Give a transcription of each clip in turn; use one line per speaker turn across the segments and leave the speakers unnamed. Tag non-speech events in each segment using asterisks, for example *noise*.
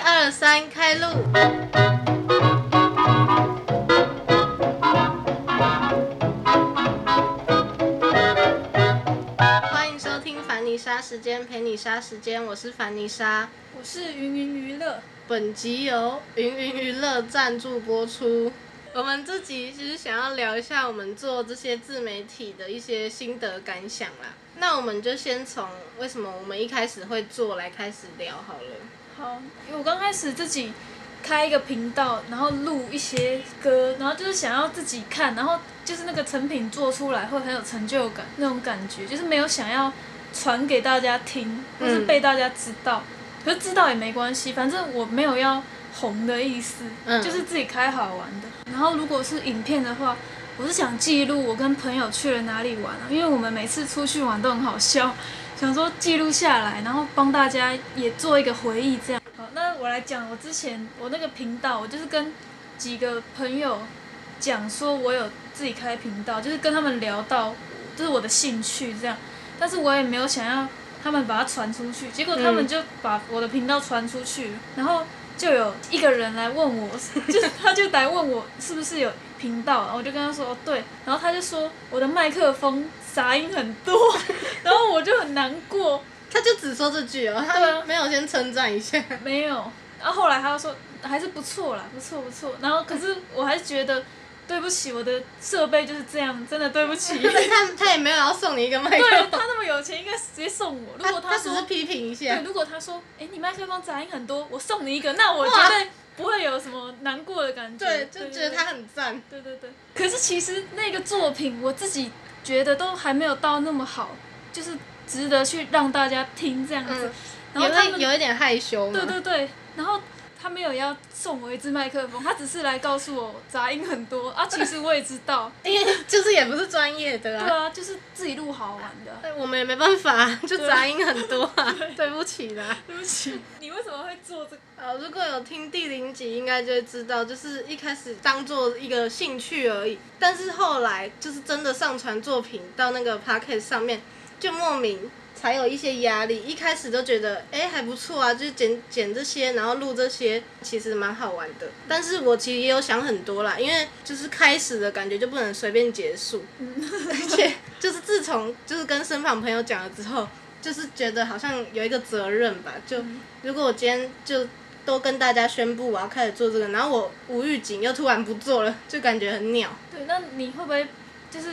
二三，开路！欢迎收听凡妮莎时间，陪你莎时间，我是凡妮莎。
我是云云娱乐，
本集由云云娱乐赞助播出。我们这集其实想要聊一下我们做这些自媒体的一些心得感想啦。那我们就先从为什么我们一开始会做来开始聊好了。
好，因为我刚开始自己开一个频道，然后录一些歌，然后就是想要自己看，然后就是那个成品做出来会很有成就感那种感觉，就是没有想要传给大家听，或是被大家知道，可是知道也没关系，反正我没有要红的意思，
嗯
就是自己开好玩的。然后如果是影片的话。我是想记录我跟朋友去了哪里玩啊，因为我们每次出去玩都很好笑，想说记录下来，然后帮大家也做一个回忆，这样。好，那我来讲我之前我那个频道，我就是跟几个朋友讲说，我有自己开频道，就是跟他们聊到，就是我的兴趣这样，但是我也没有想要他们把它传出去，结果他们
嗯
就把我的频道传出去，然后就有一个人来问我，就是 *laughs* 他就来问我是不是有频道，然后我就跟他说哦对，然后他就说我的麦克风杂音很多， *laughs* 然后我就很难过，
他就只说这句哦，
对
他
啊
没有先称赞一下。
没有，然后后来他又说还是不错啦，不错不错，然后可是我还是觉得对不起，我的设备就是这样，真的对不
*laughs*
起。 *laughs* 对
他他也没有要送你一个麦克
他
风，
那么有钱，应该直接送我。如
他
果
他只
说
是批评一
对，
下。
如果他说，哎、你麦克风杂音很多，我送你一个，那我绝对不会有什么难过的感觉。
对，就觉得他很赞。
对对对。可是其实那个作品，我自己觉得都还没有到那么好，就是值得去让大家听这样子。
嗯
然后
也
他
会
们
有一点害羞嘛。
对对对，然后他没有要送我一支麦克风，他只是来告诉我杂音很多
*laughs*
啊。其实我也知道，
因为就是也不是专业的
对
啊，
啊，就是自己录好玩
*laughs*
的。
但我们也没办法，就杂音很多
*laughs*
啊，对不起啦。
对不起，你为什么会做这个？
呃，如果有听第零集，应该就会知道，就是一开始当做一个兴趣而已，但是后来就是真的上传作品到那个 p o c k e t 上面，就莫名才有一些压力。一开始都觉得，哎、还不错啊，就是剪剪这些，然后录这些，其实蛮好玩的。但是我其实也有想很多啦，因为就是开始的感觉就不能随便结束，而且就是自从就是跟身旁朋友讲了之后，就是觉得好像有一个责任吧，就。如果我今天就都跟大家宣布我要开始做这个，然后我无预警又突然不做了，就感觉很鸟，
对，那你会不会就是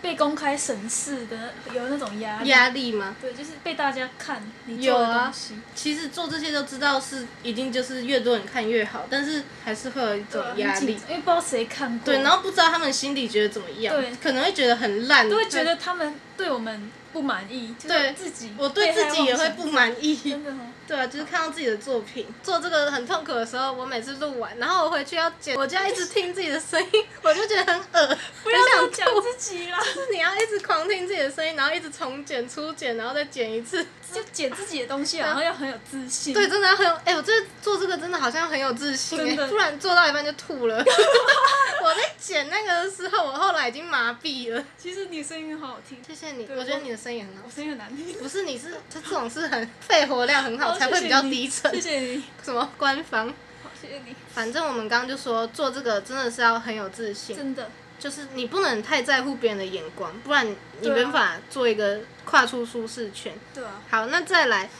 被公开审视的有啊那种压力？
压力吗？
对，就是被大家看你
有
做
啊
的东西。
其实做这些都知道是一定就是越多人看越好，但是还是会有一种
很
压
紧
力
张。因为不知道谁看过，
对，然后不知道他们心里觉得怎么样
对，
可能会觉得很烂，
都会觉得他们对我们不满意，就是
对
自己
我对自己也会不满
被害
意。
妄想，真的哦，
*laughs* 对啊，就是看到自己的作品做这个很痛苦的时候，我每次录完，然后我回去要剪，我就要一直听自己的声音， *laughs* 我就觉得很恶，
不要
很
这
想
样讲自己啦，
就是 *laughs* 你要一直狂听自己的声音，然后一直重剪、初剪，然后再剪一次。
就剪自己的
*laughs*
东西啊，然后要很有自信。
对，真的要很有，哎、我这做这个真的好像很有自信、
真
哎，
的
不然做到一半就吐
*laughs*
了。我在剪那个的时候，我后来已经麻痹了。
其实你声音很好听，
谢谢你，
对
我觉得
我
你的声音很好
我。声音很难听，
*laughs* 不是，你是这这种是很肺活量很好，
哦
才会比较低沉。
谢谢你，
*laughs* 什么官方？
好谢谢你，
反正我们刚刚就说做这个真的是要很有自信，
真的。
就是你不能太在乎别人的眼光，不然你
对
没
啊
办法做一个跨出舒适圈。
对啊，
好，那再来，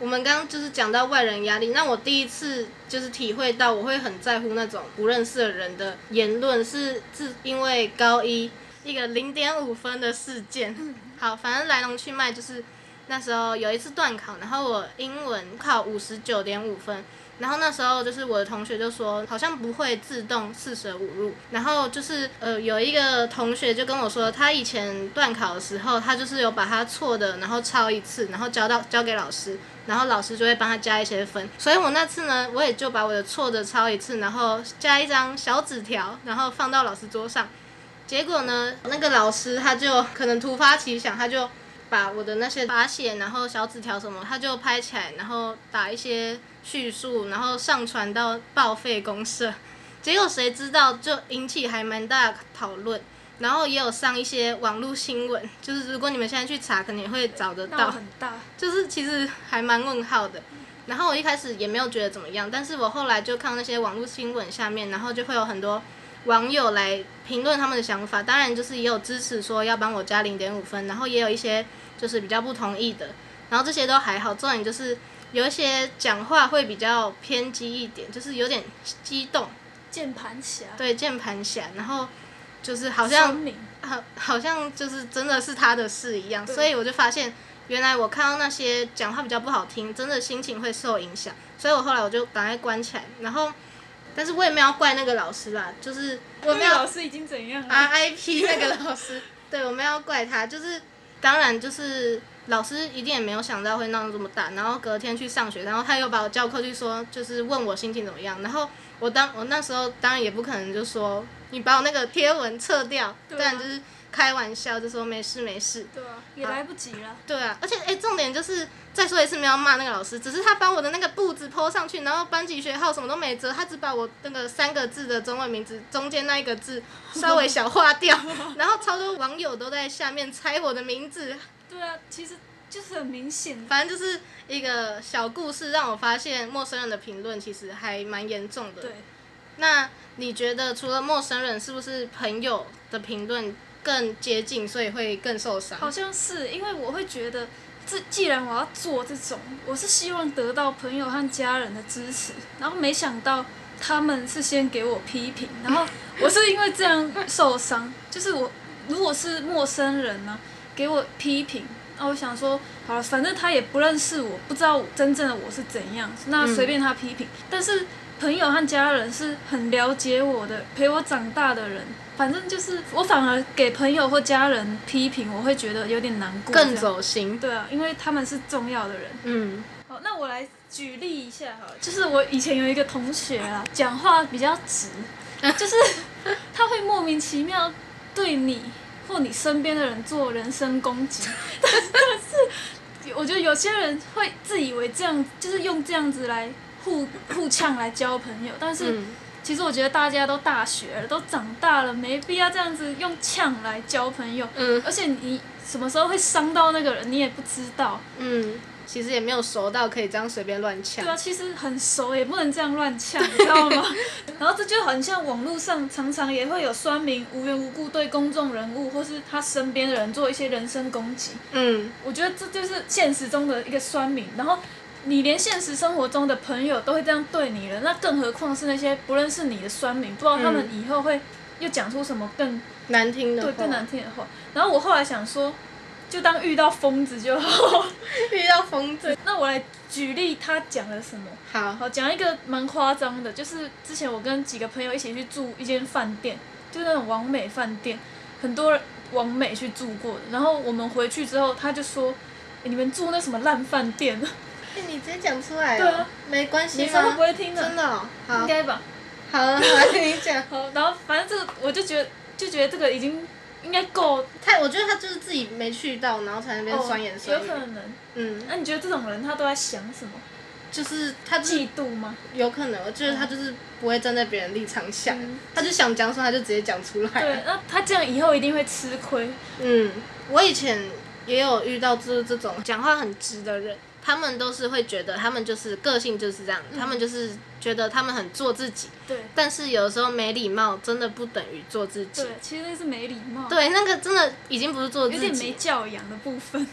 我们刚刚就是讲到外人压力，那我第一次就是体会到，我会很在乎那种不认识的人的言论，是是因为高一一个零点五分的事件。好，反正来龙去脉就是那时候有一次段考，然后我英文考五十九点五分，然后那时候就是我的同学就说，好像不会自动四舍五入。然后就是呃，有一个同学就跟我说，他以前段考的时候，他就是有把他错的，然后抄一次，然后交到交给老师，然后老师就会帮他加一些分。所以我那次呢，我也就把我的错的抄一次，然后加一张小纸条，然后放到老师桌上。结果呢，那个老师他就可能突发奇想，他就把我的那些罚写，然后小纸条什么，他就拍起来，然后打一些叙述，然后上传到报废公社。 *laughs* 结果谁知道就引起还蛮大的讨论，然后也有上一些网络新闻，就是如果你们现在去查，肯定会找得
闹
到。
很大，
就是其实还蛮问号的。然后我一开始也没有觉得怎么样，但是我后来就看那些网络新闻下面，然后就会有很多网友来评论他们的想法，当然就是也有支持说要帮我加零点五分，然后也有一些就是比较不同意的，然后这些都还好，重点就是有一些讲话会比较偏激一点，就是有点激动，
键盘侠，
对键盘侠，然后就是好像
酸民
好，好像就是真的是他的事一样，
对
所以我就发现，原来我看到那些讲话比较不好听，真的心情会受影响，所以我后来我就赶快关起来，然后，但是我也没有怪那个老师啦，就是我没
那个啊老
有啊
师已经怎样了？
RIP *laughs* 那个老师，对我没有怪他，就是当然就是老师一定也没有想到会闹这么大，然后隔天去上学，然后他又把我叫过去说，就是问我心情怎么样，然后我当我那时候当然也不可能就说你把我那个贴文撤掉，
对啊
但就是开玩笑就说没事没事。
对啊，也来不及了。
对啊，而且哎、重点就是再说一次，没有骂那个老师，只是他把我的那个布子抛上去，然后班级学号什么都没折，他只把我那个三个字的中文名字中间那一个
*laughs*
字稍微小化掉， *laughs* 然后超多网友都在下面猜我的名字，
对啊，其实就是很明显。
反正就是一个小故事，让我发现陌生人的评论其实还蛮严重的。
对，
那你觉得除了陌生人，是不是朋友的评论更接近，所以会更受伤？
好像是因为我会觉得，这既然我要做这种，我是希望得到朋友和家人的支持，然后没想到他们是先给我批评，然后我是因为这样受伤。就是我如果是陌生人呢、给我批评，那我想说，好了，反正他也不认识我，不知道真正的我是怎样，那随便他批评。但是朋友和家人是很了解我的，陪我长大的人。反正就是我反而给朋友或家人批评，我会觉得有点难过。
更
这样
走心。
对啊，因为他们是重要的人。
嗯，
好，那我来举例一下好了，就是我以前有一个同学啊，讲话比较直，就是 *laughs* 他会莫名其妙对你或你身边的人做人身攻击， *laughs* 但是我觉得有些人会自以为这样，就是用这样子来互互呛来交朋友，但是
嗯
其实我觉得大家都大学了，都长大了，没必要这样子用呛来交朋友，
嗯
而且你什么时候会伤到那个人，你也不知道。
嗯，其实也没有熟到可以这样随便乱
对啊，
抢。
其实很熟，也不能这样乱呛，你知道吗？ *laughs* 然后这就很像网络上常常也会有酸民无缘无故对公众人物或是他身边的人做一些人身攻击。
嗯，
我觉得这就是现实中的一个酸民，然后你连现实生活中的朋友都会这样对你了，那更何况是那些不认识你的酸民，不知道他们以后会又讲出什么更
难听的话
对更 *laughs* 难听的话。然后我后来想说，就当遇到疯子就好。
遇到疯子。
那我来举例他讲了什么。
好，
好，讲一个蛮夸张的，就是之前我跟几个朋友一起去住一间饭店，就是那种王美饭店，很多人王美去住过的。然后我们回去之后，他就说：“诶你们住那什么烂饭店？
哎 *laughs* 你直接讲出来、哦，
对啊，
没关系
女生会
吗
不？会听
真
的？
的、哦，好
应，该吧。
好了，好了你讲”。
*laughs* 好，然后反正这个我就觉得就觉得这个已经应该够
他，我觉得他就是自己没去到，然后才在那边酸言酸
哦有
语。
可能。
嗯，
那你觉得这种人他都在想
*laughs*
什么？
就是他就是
嫉妒吗？
有可能，我觉得他就是不会站在别人立场想，
嗯
他就想讲什么他就直接讲出来。
对，那他这样以后一定会吃亏。
嗯，我以前也有遇到就是这种讲话很直的人，他们都是会觉得他们就是个性就是这样，
嗯
他们就是觉得他们很做自己，
对
但是有时候没礼貌真的不等于做自己
对。，其实是没礼貌，
对，那个真的已经不是做
有
自
点
*laughs*
没
己，
教养的部分。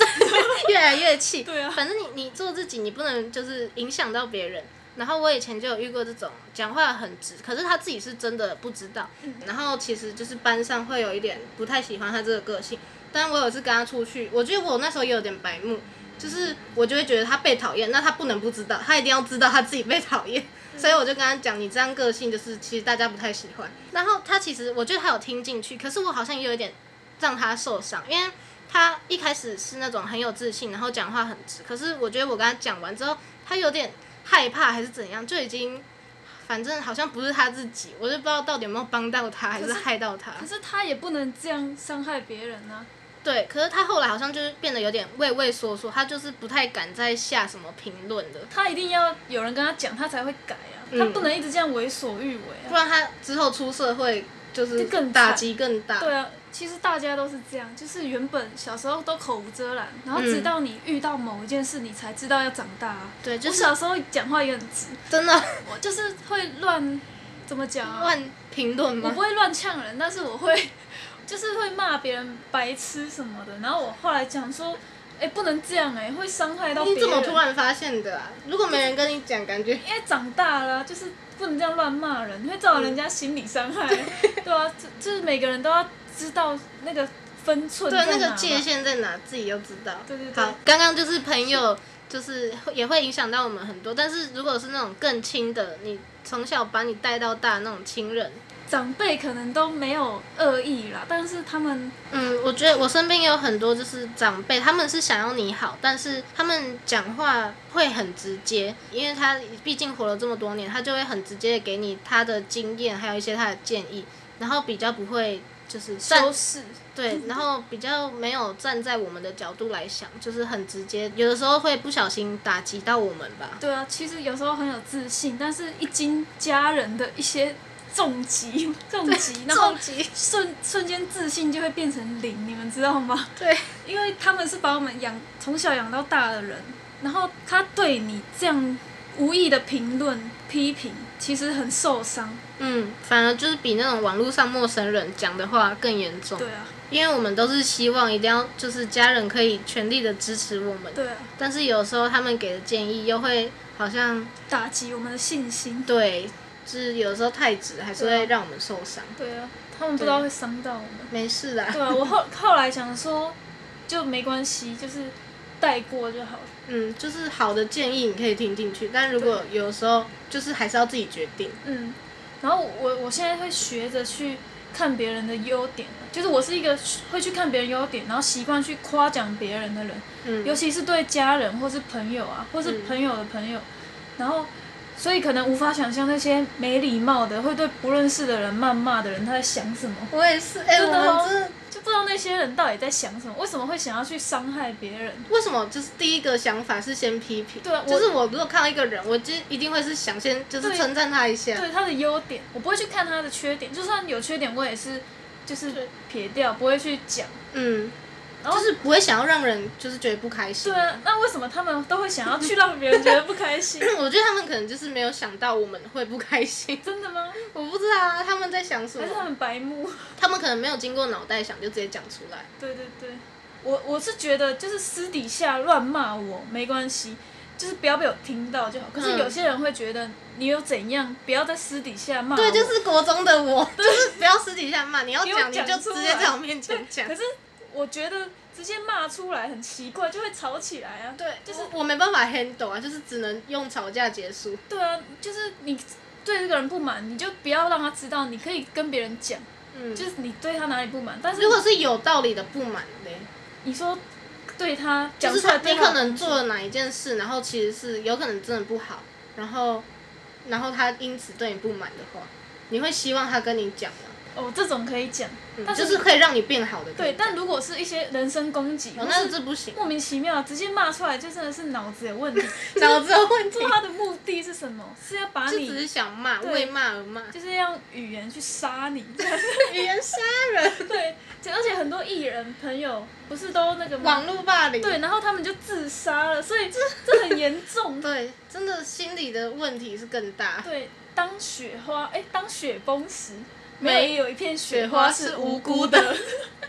越来越气。
对啊
反正你你做自己，你不能就是影响到别人。然后我以前就有遇过这种讲话很直，可是他自己是真的不知道。
嗯
然后其实就是班上会有一点不太喜欢他这个个性，但我有一次跟他出去，我觉得我那时候也有点白目，就是我就会觉得他被讨厌，那他不能不知道，他一定要知道他自己被讨厌。所以我就跟他讲，你这样个性就是其实大家不太喜欢。然后他其实我觉得他有听进去，可是我好像也有一点让他受伤，因为他一开始是那种很有自信，然后讲话很直。可是我觉得我跟他讲完之后，他有点害怕还是怎样，就已经反正好像不是他自己，我就不知道到底有没有帮到他，还
可
是
是
害到他。
可是他也不能这样伤害别人啊。
对，可是他后来好像就是变得有点畏畏缩缩，他就是不太敢再下什么评论了。
他一定要有人跟他讲，他才会改啊。
嗯
他不能一直这样为所欲为
不
啊。
然他之后出社会就是
就更惨
打击更大。
对啊，其实大家都是这样，就是原本小时候都口无遮拦，然后
嗯
直到你遇到某一件事，你才知道要长大、啊。
对，就
我
是
小时候讲话也很直，
真的
我就是会乱，怎么讲啊？
乱评论
我
吗
不？会乱呛人，但是我会 *laughs* 就是会骂别人白痴什么的。然后我后来讲说，哎、不能这样哎、会伤害到别
你
人。
怎么突然发现的啊？如果没人跟你讲，感觉
因为长大了啊、就是不能这样乱骂人，会造成人家心理伤害。对啊，就就是每个人都要知道那个分寸
对
在哪
那
嘛。
个界限在哪，自己要知道。
啊对对对
好，刚刚就是朋友，就是会也会影响到我们很多。但是如果是那种更亲的，你从小把你带到大的那种亲人，
长辈可能都没有恶意啦，但是他们
嗯，我觉得我身边有很多就是长辈，他们是想要你好，但是他们讲话会很直接，因为他毕竟活了这么多年，他就会很直接的给你他的经验，还有一些他的建议，然后比较不会就是站
收拾。
对，然后比较没有站在我们的角度来想，就是很直接，有的时候会不小心打击到我们
*laughs*
吧。
对啊，其实有时候很有自信，但是一经家人的一些重
*laughs*
击，重击，然后
击，
瞬瞬间自信就会变成零，你们知道 *laughs* 吗？
对，
因为他们是把我们养从小养到大的人，然后他对你这样无意的评论批评，其实很受伤。
*laughs* 嗯，反而就是比那种网络上陌生人讲的话更严重。
对啊，
因为我们都是希望一定要就是家人可以全力的支持我们，
对啊，
但是有时候他们给的建议又会好像
打击我们的信心。
对，就是有时候太直，还是
对啊
会让我们受伤。
对啊，他们不知道会伤到我们。 *laughs*
没事啦，
对啊，我后后来想说，就没关系，就是带过就好了。
嗯，就是好的建议你可以听进去，但如果有时候就是还是要自己决定。
嗯，然后我我现在会学着去看别人的优点，就是我是一个会去看别人优点，然后习惯去夸奖别人的人，
嗯，
尤其是对家人或是朋友啊，或是朋友的朋友，然后。所以可能无法想象那些没礼貌的、会对不认识的人谩骂的人，他在想什么，
我也是，哎、
真
我
的
们
哦
真的
就不知道那些人到底在想什么，为什么会想要去伤害别人？
为什么就是第一个想法是先批评？
对啊我
就是我如果看到一个人，我就一定会是想先就是
对
称赞他一下。
对他的优点，我不会去看他的缺点，就算有缺点，我也是就是
对
撇掉，不会去讲。
嗯，
然后
就是不会想要让人就是觉得不开心。
对啊，那为什么他们都会想要去让别人觉得不开
*laughs*
心？
*clears throat* 我觉得他们可能就是没有想到我们会不开心， *laughs*
真的吗？
我不知道啊，他们在想什
还是他
么，
们白目？
他们可能没有经过脑袋想就直接讲出来。
对对对，我我是觉得就是私底下乱骂我没关系，就是不要被我听到就好。可是
嗯
有些人会觉得你有怎样，不要在私底下骂我。
对，就是国中的我，就是不要私底下骂，你要
给我
讲你
讲
就
出
直接在
来
我面前讲
可。是我觉得直接骂出来很奇怪，就会吵起来啊。
对，就
就是是
我没办法 handle 啊，就是只能用吵架结束。
对啊，就是你对这个人不满，你就不要让他知道，你可以跟别人讲，
嗯，
就是你对他哪里不满，但是
如果是有道理的不满嘞，
你说对他
就
讲
是
出
他
来对
你
他
可能做了哪一件事，然后其实是有可能真的不好，然后然后他因此对你不满的话，你会希望他跟你讲吗？
哦，这种可以讲，
嗯
但
就是是可以让你变好的。
对，但如果是一些人身攻击，
哦，
或
那
是
这不
*laughs*
行，
莫名其妙直接骂出来，就真的是脑子有
*laughs*
问题。
脑子有问题
做，他的目的是什么？是要把
就只
你，
是想骂，
对
为骂而
*laughs*
骂，
就是要用语言去杀你。 *laughs*
语言杀人，
对，而且很多艺人朋友不是都那个吗？
网络霸凌，
对，然后他们就自杀了，所以这这很严
*laughs*
重。
对，真的心理的问题是更大。
对，当雪花，哎、当雪崩时，
没
没有一片雪花是无辜的，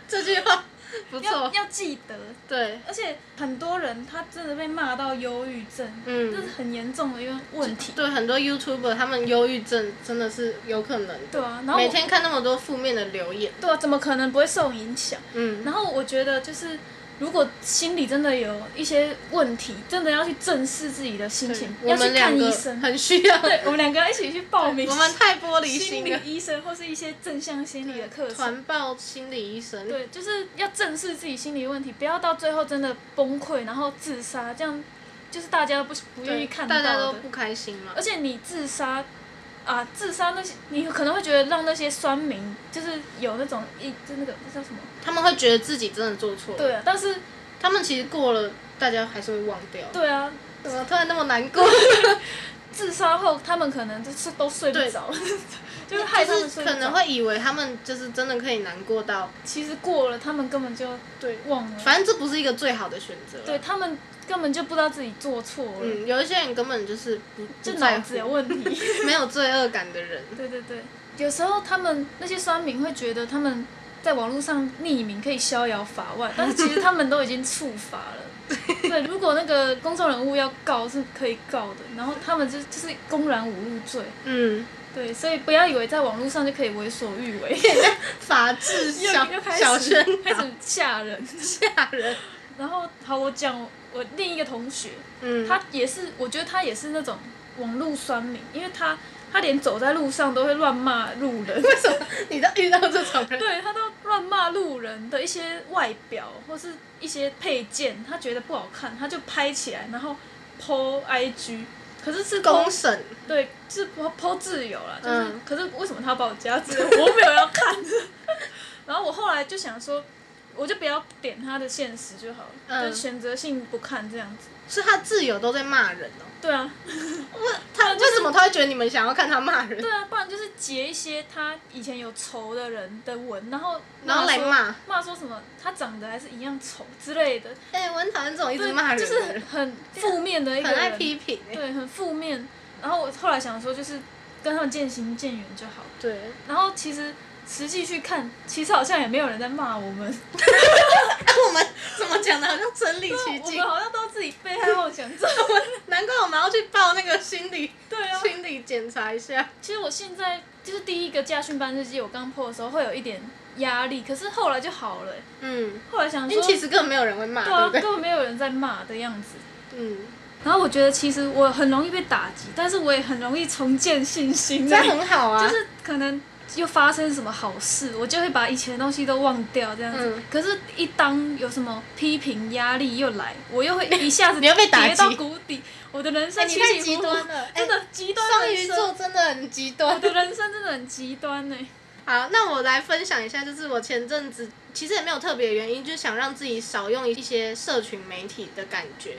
这句话 *laughs* 不
要
错，
要记得。
对，
而且很多人他真的被骂到忧郁症，
嗯
这是很严重的一个问题。
对，很多 YouTuber 他们忧郁症真的是有可能的，
对啊，然后
每
我
天看那么多负面的留言，
对啊，怎么可能不会受影响？
嗯，
然后我觉得就是，如果心里真的有一些问题，真的要去正视自己的心情，
我
要去
们两
看医
个 *laughs*
生。
很需
*laughs*
要，
对，我们两个要一起去报名
我们太玻璃
心
心
理
了，
医生或是一些正向心理的课程。
团报心理医生，
对，就是要正视自己心理问题，不要到最后真的崩溃，然后自杀，这样就是大家都不不
对，
愿意看到
大
的。
家都不开心嘛
而，且你自杀，啊，自杀那些，你可能会觉得让那些酸民就是有那种一就那个那叫什么？
他们会觉得自己真的做错了，
对啊，但是
他们其实过了，大家还是会忘掉，
对啊，
怎 *laughs* 么突然那么难过？
自杀后他们可能就是都睡不
对
着， *laughs* 就是害他们
就是
睡
可
不
能
着。
会以为他们就是真的可以难过到，
其实过了，他们根本就对忘了，
反正这不是一个最好的选择。
对，他们根本就不知道自己做错了，
嗯，有一些人根本就是不
就
不
脑
在
子
乎，
有问题。
*laughs* 没有罪恶感的人。
对对对，有时候他们那些酸民会觉得他们在网络上匿名可以逍遥法外，但是
*laughs*
其实他们都已经触法了。对，如果那个公众人物要告是可以告的，然后他们就就是公然侮辱罪。 *laughs*
嗯，
对，所以不要以为在网络上就可以为所欲
*laughs*
为，
法治
又
小
又开
小
始
宣
开
导
始吓人。
吓人。
然后好，我讲我我另一个同学，
嗯，
他也是，我觉得他也是那种网络酸民，因为他他连走在路上都会乱骂路人。
为什么你都遇到这种人？
对他都乱骂路人的一些外表或是一些配件，他觉得不好看，他就拍起来，然后 po IG，可是是 po
公审，
对是 po po 自由了，就是、
嗯
可是为什么他要把我加自由？我没有要看。 *laughs* 然后我后来就想说，我就不要点他的现实就好了，
嗯
就选择性不看这样子。
所以他挚友都在骂人哦。*laughs*
对啊，
他为什么他会觉得你们想要看他骂人
对？啊，不然就是截一些他以前有仇的人的文，然后
然后来
说
骂
骂说什么他长得还是一样丑之类的。
哎、我很讨厌这种一直
对，
骂人
就
的
是
人，
很负面的一个
很
人，
爱批评、欸。
对，很负面。然后我后来想说，就是跟他们渐行渐远就好。
对，
然后其实实际去看，其实好像也没有人在骂我们，
我们怎么讲的，好像身临 *laughs* 其
*laughs* 啊我
境 *laughs*
们。好像都自己被害妄想症。
难怪我们要去报那个心理
对啊，
心理检查一下。
其实我现在就是第一个驾训班日记，我刚破的时候会有一点压力，可是后来就好了欸、
嗯，
后来想
因为
说，
其实根本没有人会骂，
对啊，
对
根
不对？
本没有人在骂的样子。
嗯，
然后我觉得其实我很容易被打击，但是我也很容易重建信心欸。
这样很好啊。
就是可能又发生什么好事，我就会把以前的东西都忘掉这样子。
嗯
可是，一当有什么批评压力又来，我又会一下子
你又被打击
跌到谷底，我的人生
哎你
起
太
起
极
伏
端
伏， *laughs*
了，哎
真的极端
双
人
鱼
生
座，真的很极
我
端。
的人生真的很极端欸呢、
好，那我来分享一下，就是我前阵子其实也没有特别的原因，就是想让自己少用一些社群媒体的感觉。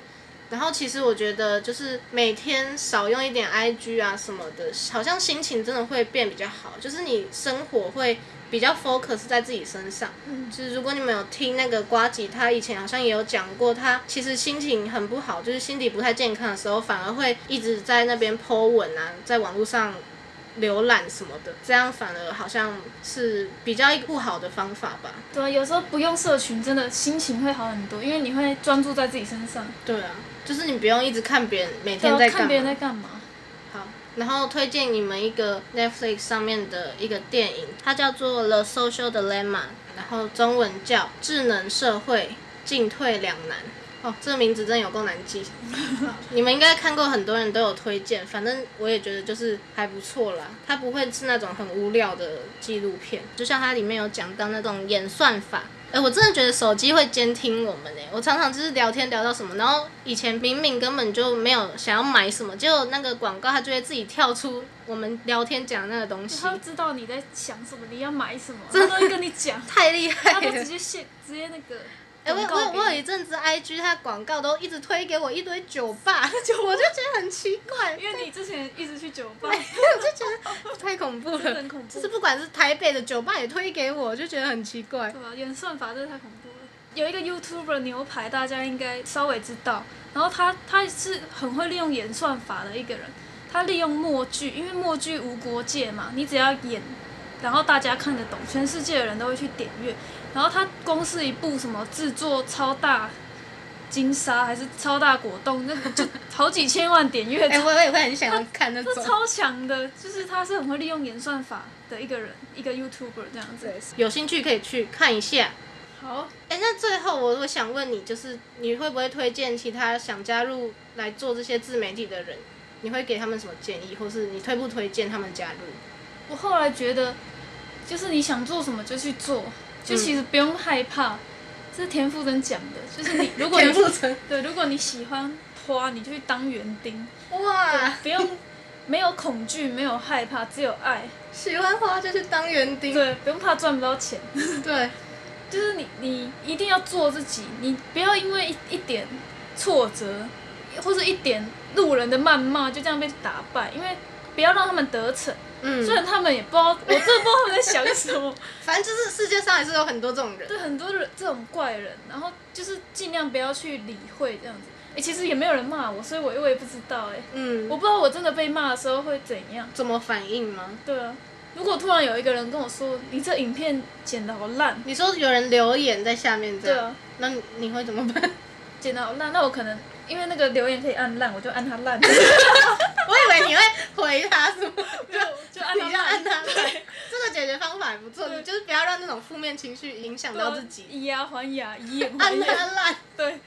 然后其实我觉得，就是每天少用一点 IG 啊什么的，好像心情真的会变比较好，就是你生活会比较 focus 在自己身上。
嗯
就是如果你们有听那个瓜吉，他以前好像也有讲过，他其实心情很不好，就是心理不太健康的时候，反而会一直在那边 po 文啊，在网络上浏览什么的，这样反而好像是比较一个不好的方法吧。
对啊，有时候不用社群，真的心情会好很多，因为你会专注在自己身上，
对啊，就是你不用一直看别人每
对
天
啊
在
看别
干
人在
嘛。
干嘛。
好，然后推荐你们一个 Netflix 上面的一个电影，它叫做《The Social Dilemma》，然后中文叫《智能社会进退两难》。哦，这个名字真有够难
*laughs*
记。你们应该看过，很多人都有推荐，反正我也觉得就是还不错啦。它不会是那种很无聊的纪录片，就像它里面有讲到那种演算法。哎、我真的觉得手机会监听我们呢、欸我常常就是聊天聊到什么，然后以前明明根本就没有想要买什么，结果那个广告它就会自己跳出我们聊天讲的那个东西
他，会知道你在想什么，你要买什么，他都会跟你讲，
太厉害
他
了
都！直接现直接那个
哎、
广
我
告给
我
你。
我有一阵子 IG 它广告都一直推给我一堆酒
*laughs*
吧，我就觉得很奇怪，
因为你之前一直去酒 *laughs* 吧，
我就觉得 *laughs* 太恐怖
真的
了
很。恐怖，
就是不管是台北的酒吧也推给我，我就觉得很奇怪
对。吧？演算法真的太恐怖了。有一个 YouTuber 牛排，大家应该稍微知道，然后他他是很会利用演算法的一个人，他利用默剧，因为默剧无国界嘛，你只要演，然后大家看得懂，全世界的人都会去点阅。然后他公司一部什么制作超大金沙还是超大果冻，那个就好几千万点阅
*laughs* 哎、我我也会很想要看那
*laughs* 这
种。
超强的，就是他是很会利用演算法的一个人，一个 YouTuber 这样子。
有兴趣可以去看一下。
好，
哎、那最后我我想问你，就是你会不会推荐其他想加入来做这些自媒体的人？你会给他们什么建议，或是你推不推荐他们加入？
我后来觉得，就是你想做什么就去做，就其实不用害怕。这是田馥甄讲的，就是你如果
*laughs*
你 *laughs*
成
对，如果你喜欢花，你就去当园丁，
哇，
不用没有恐惧，没有害怕，只有爱。
喜欢花就去当园丁，
对，不用怕赚不到钱，
对，
就是你你一定要做自己，你不要因为一一点挫折，或是一点路人的谩骂就这样被打败，因为不要让他们得逞。
嗯
虽，然他们也不知道，我真的不知道他们在想什么。 *laughs*
反正就是世界上也是有很多这种人。
对，很多人这种怪人，然后就是尽量不要去理会这样子。哎、其实也没有人骂我，所以我我也不知道哎、
嗯，
我不知道我真的被骂的时候会怎样。
怎么反应吗？
对啊，如果突然有一个人跟我说你这影片剪的好烂，
你说有人留言在下面这
对
样，
啊，
那你你会怎么办？ *laughs*
剪的好烂，那我可能因为那个留言可以按烂，我就按他烂， *laughs*
我以为你会回他什么，
就就按他
你就按
烂，
他。对，这个解决方法也不错，
对
你就是不要让那种负面情绪影响
对啊
到自己。
以牙还牙，以眼还
按
眼。
他烂，
对，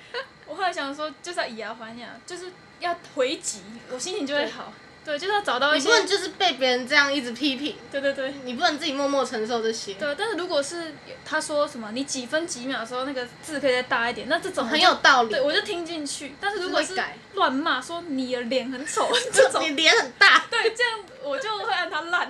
我后来想说，就是要以牙还牙，就是要回击，我心情就会好。对，就是要找到一
你
些
不，能就是被别人这样一直批评，
对对对。
你不能自己默默承受这些。
对，但是如果是他说什么，你几分几秒的时候那个字可以再大一点，那这种我就
很有道理
对，我就听进去。但是如果
就是会改
乱骂说你的脸很
*laughs*
丑这种，
你脸很大，
对，这样我就会按他烂。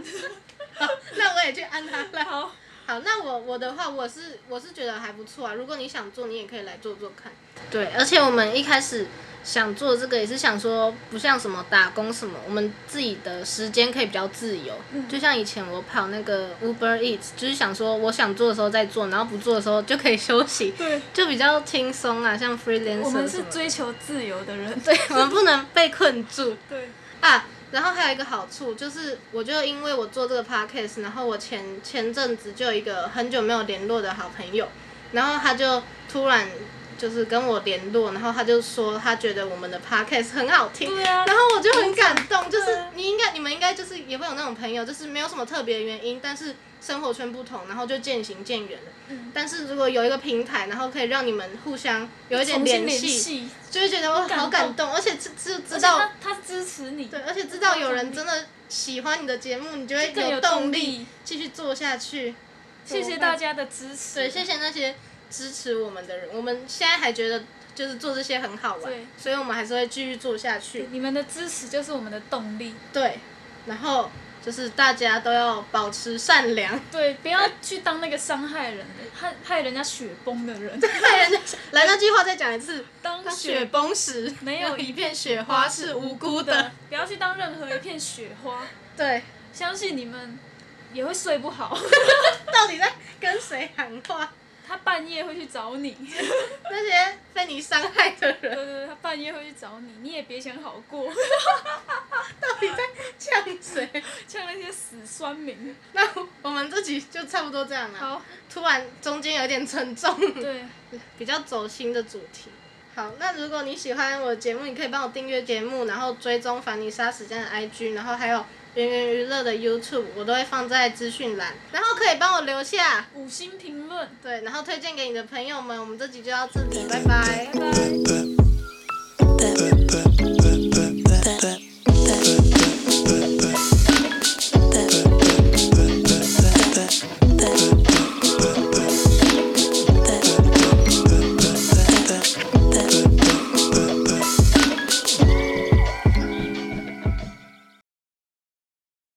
好，那我也去按他烂。
*laughs* 好，
*laughs* 好，那我我的话，我是我是觉得还不错啊。如果你想做，你也可以来做做看。对，而且我们一开始想做这个，也是想说不像什么打工什么，我们自己的时间可以比较自由。
嗯
就像以前我跑那个 Uber Eats，就是想说我想做的时候再做，然后不做的时候就可以休息，
对，
就比较轻松啊。像 freelancer，
我们是
什么的
追求自由的人。对
我们不能被困住。
对，
啊，然后还有一个好处就是，我就因为我做这个 podcast，然后我前前阵子就有一个很久没有联络的好朋友，然后他就突然就是跟我联络，然后他就说他觉得我们的 podcast 很好听。
对啊
然后我就很感动，就
对
是
啊
你应该、你们应该就是也会有那种朋友，就是没有什么特别的原因，但是生活圈不同，然后就渐行渐远了。
嗯
但是如果有一个平台，然后可以让你们互相有一点
重新
联
联
系，
系，
就会觉得我
很感
好感
动
动，而且知知
而
知
且
道
他他支持你，
对，而且知道有人真的喜欢你的节目，你就会
就更有
动
动
力
力。
继续做下去。
谢谢大家的支持。
对，谢谢那些支持我们的人，我们现在还觉得就是做这些很好玩
对，
所以我们还是会继续做下去。
你们的支持就是我们的动力。
对，然后就是大家都要保持善良， *laughs*
对，不要去当那个伤害人的、害害人家雪崩的人。
害人家。来，那句话再讲一次：
当
当
雪
雪崩时，
没有
一片雪花是无辜的。，
呃不要去当任何一片雪花。
对，
相信你们也会睡
*laughs*
不好，
到底在跟谁喊话？
他半夜会去找你，对
那些被你伤害的人。
对对，他半夜会去找你，你也别想好过，
你在呛谁？
像那些死酸民。
*laughs* 那我们这集就差不多这样了。
好，
突然中间有点沉重， *laughs*
对，
比较走心的主题。好，那如果你喜欢我的节目，你可以帮我订阅节目，然后追踪凡妮莎时间的 IG，然后还有圆圆娱乐的 YouTube，我都会放在资讯栏，然后可以帮我留下，
五星评论，
对，然后推荐给你的朋友们。我们这集就到这里，拜拜
拜。拜。
that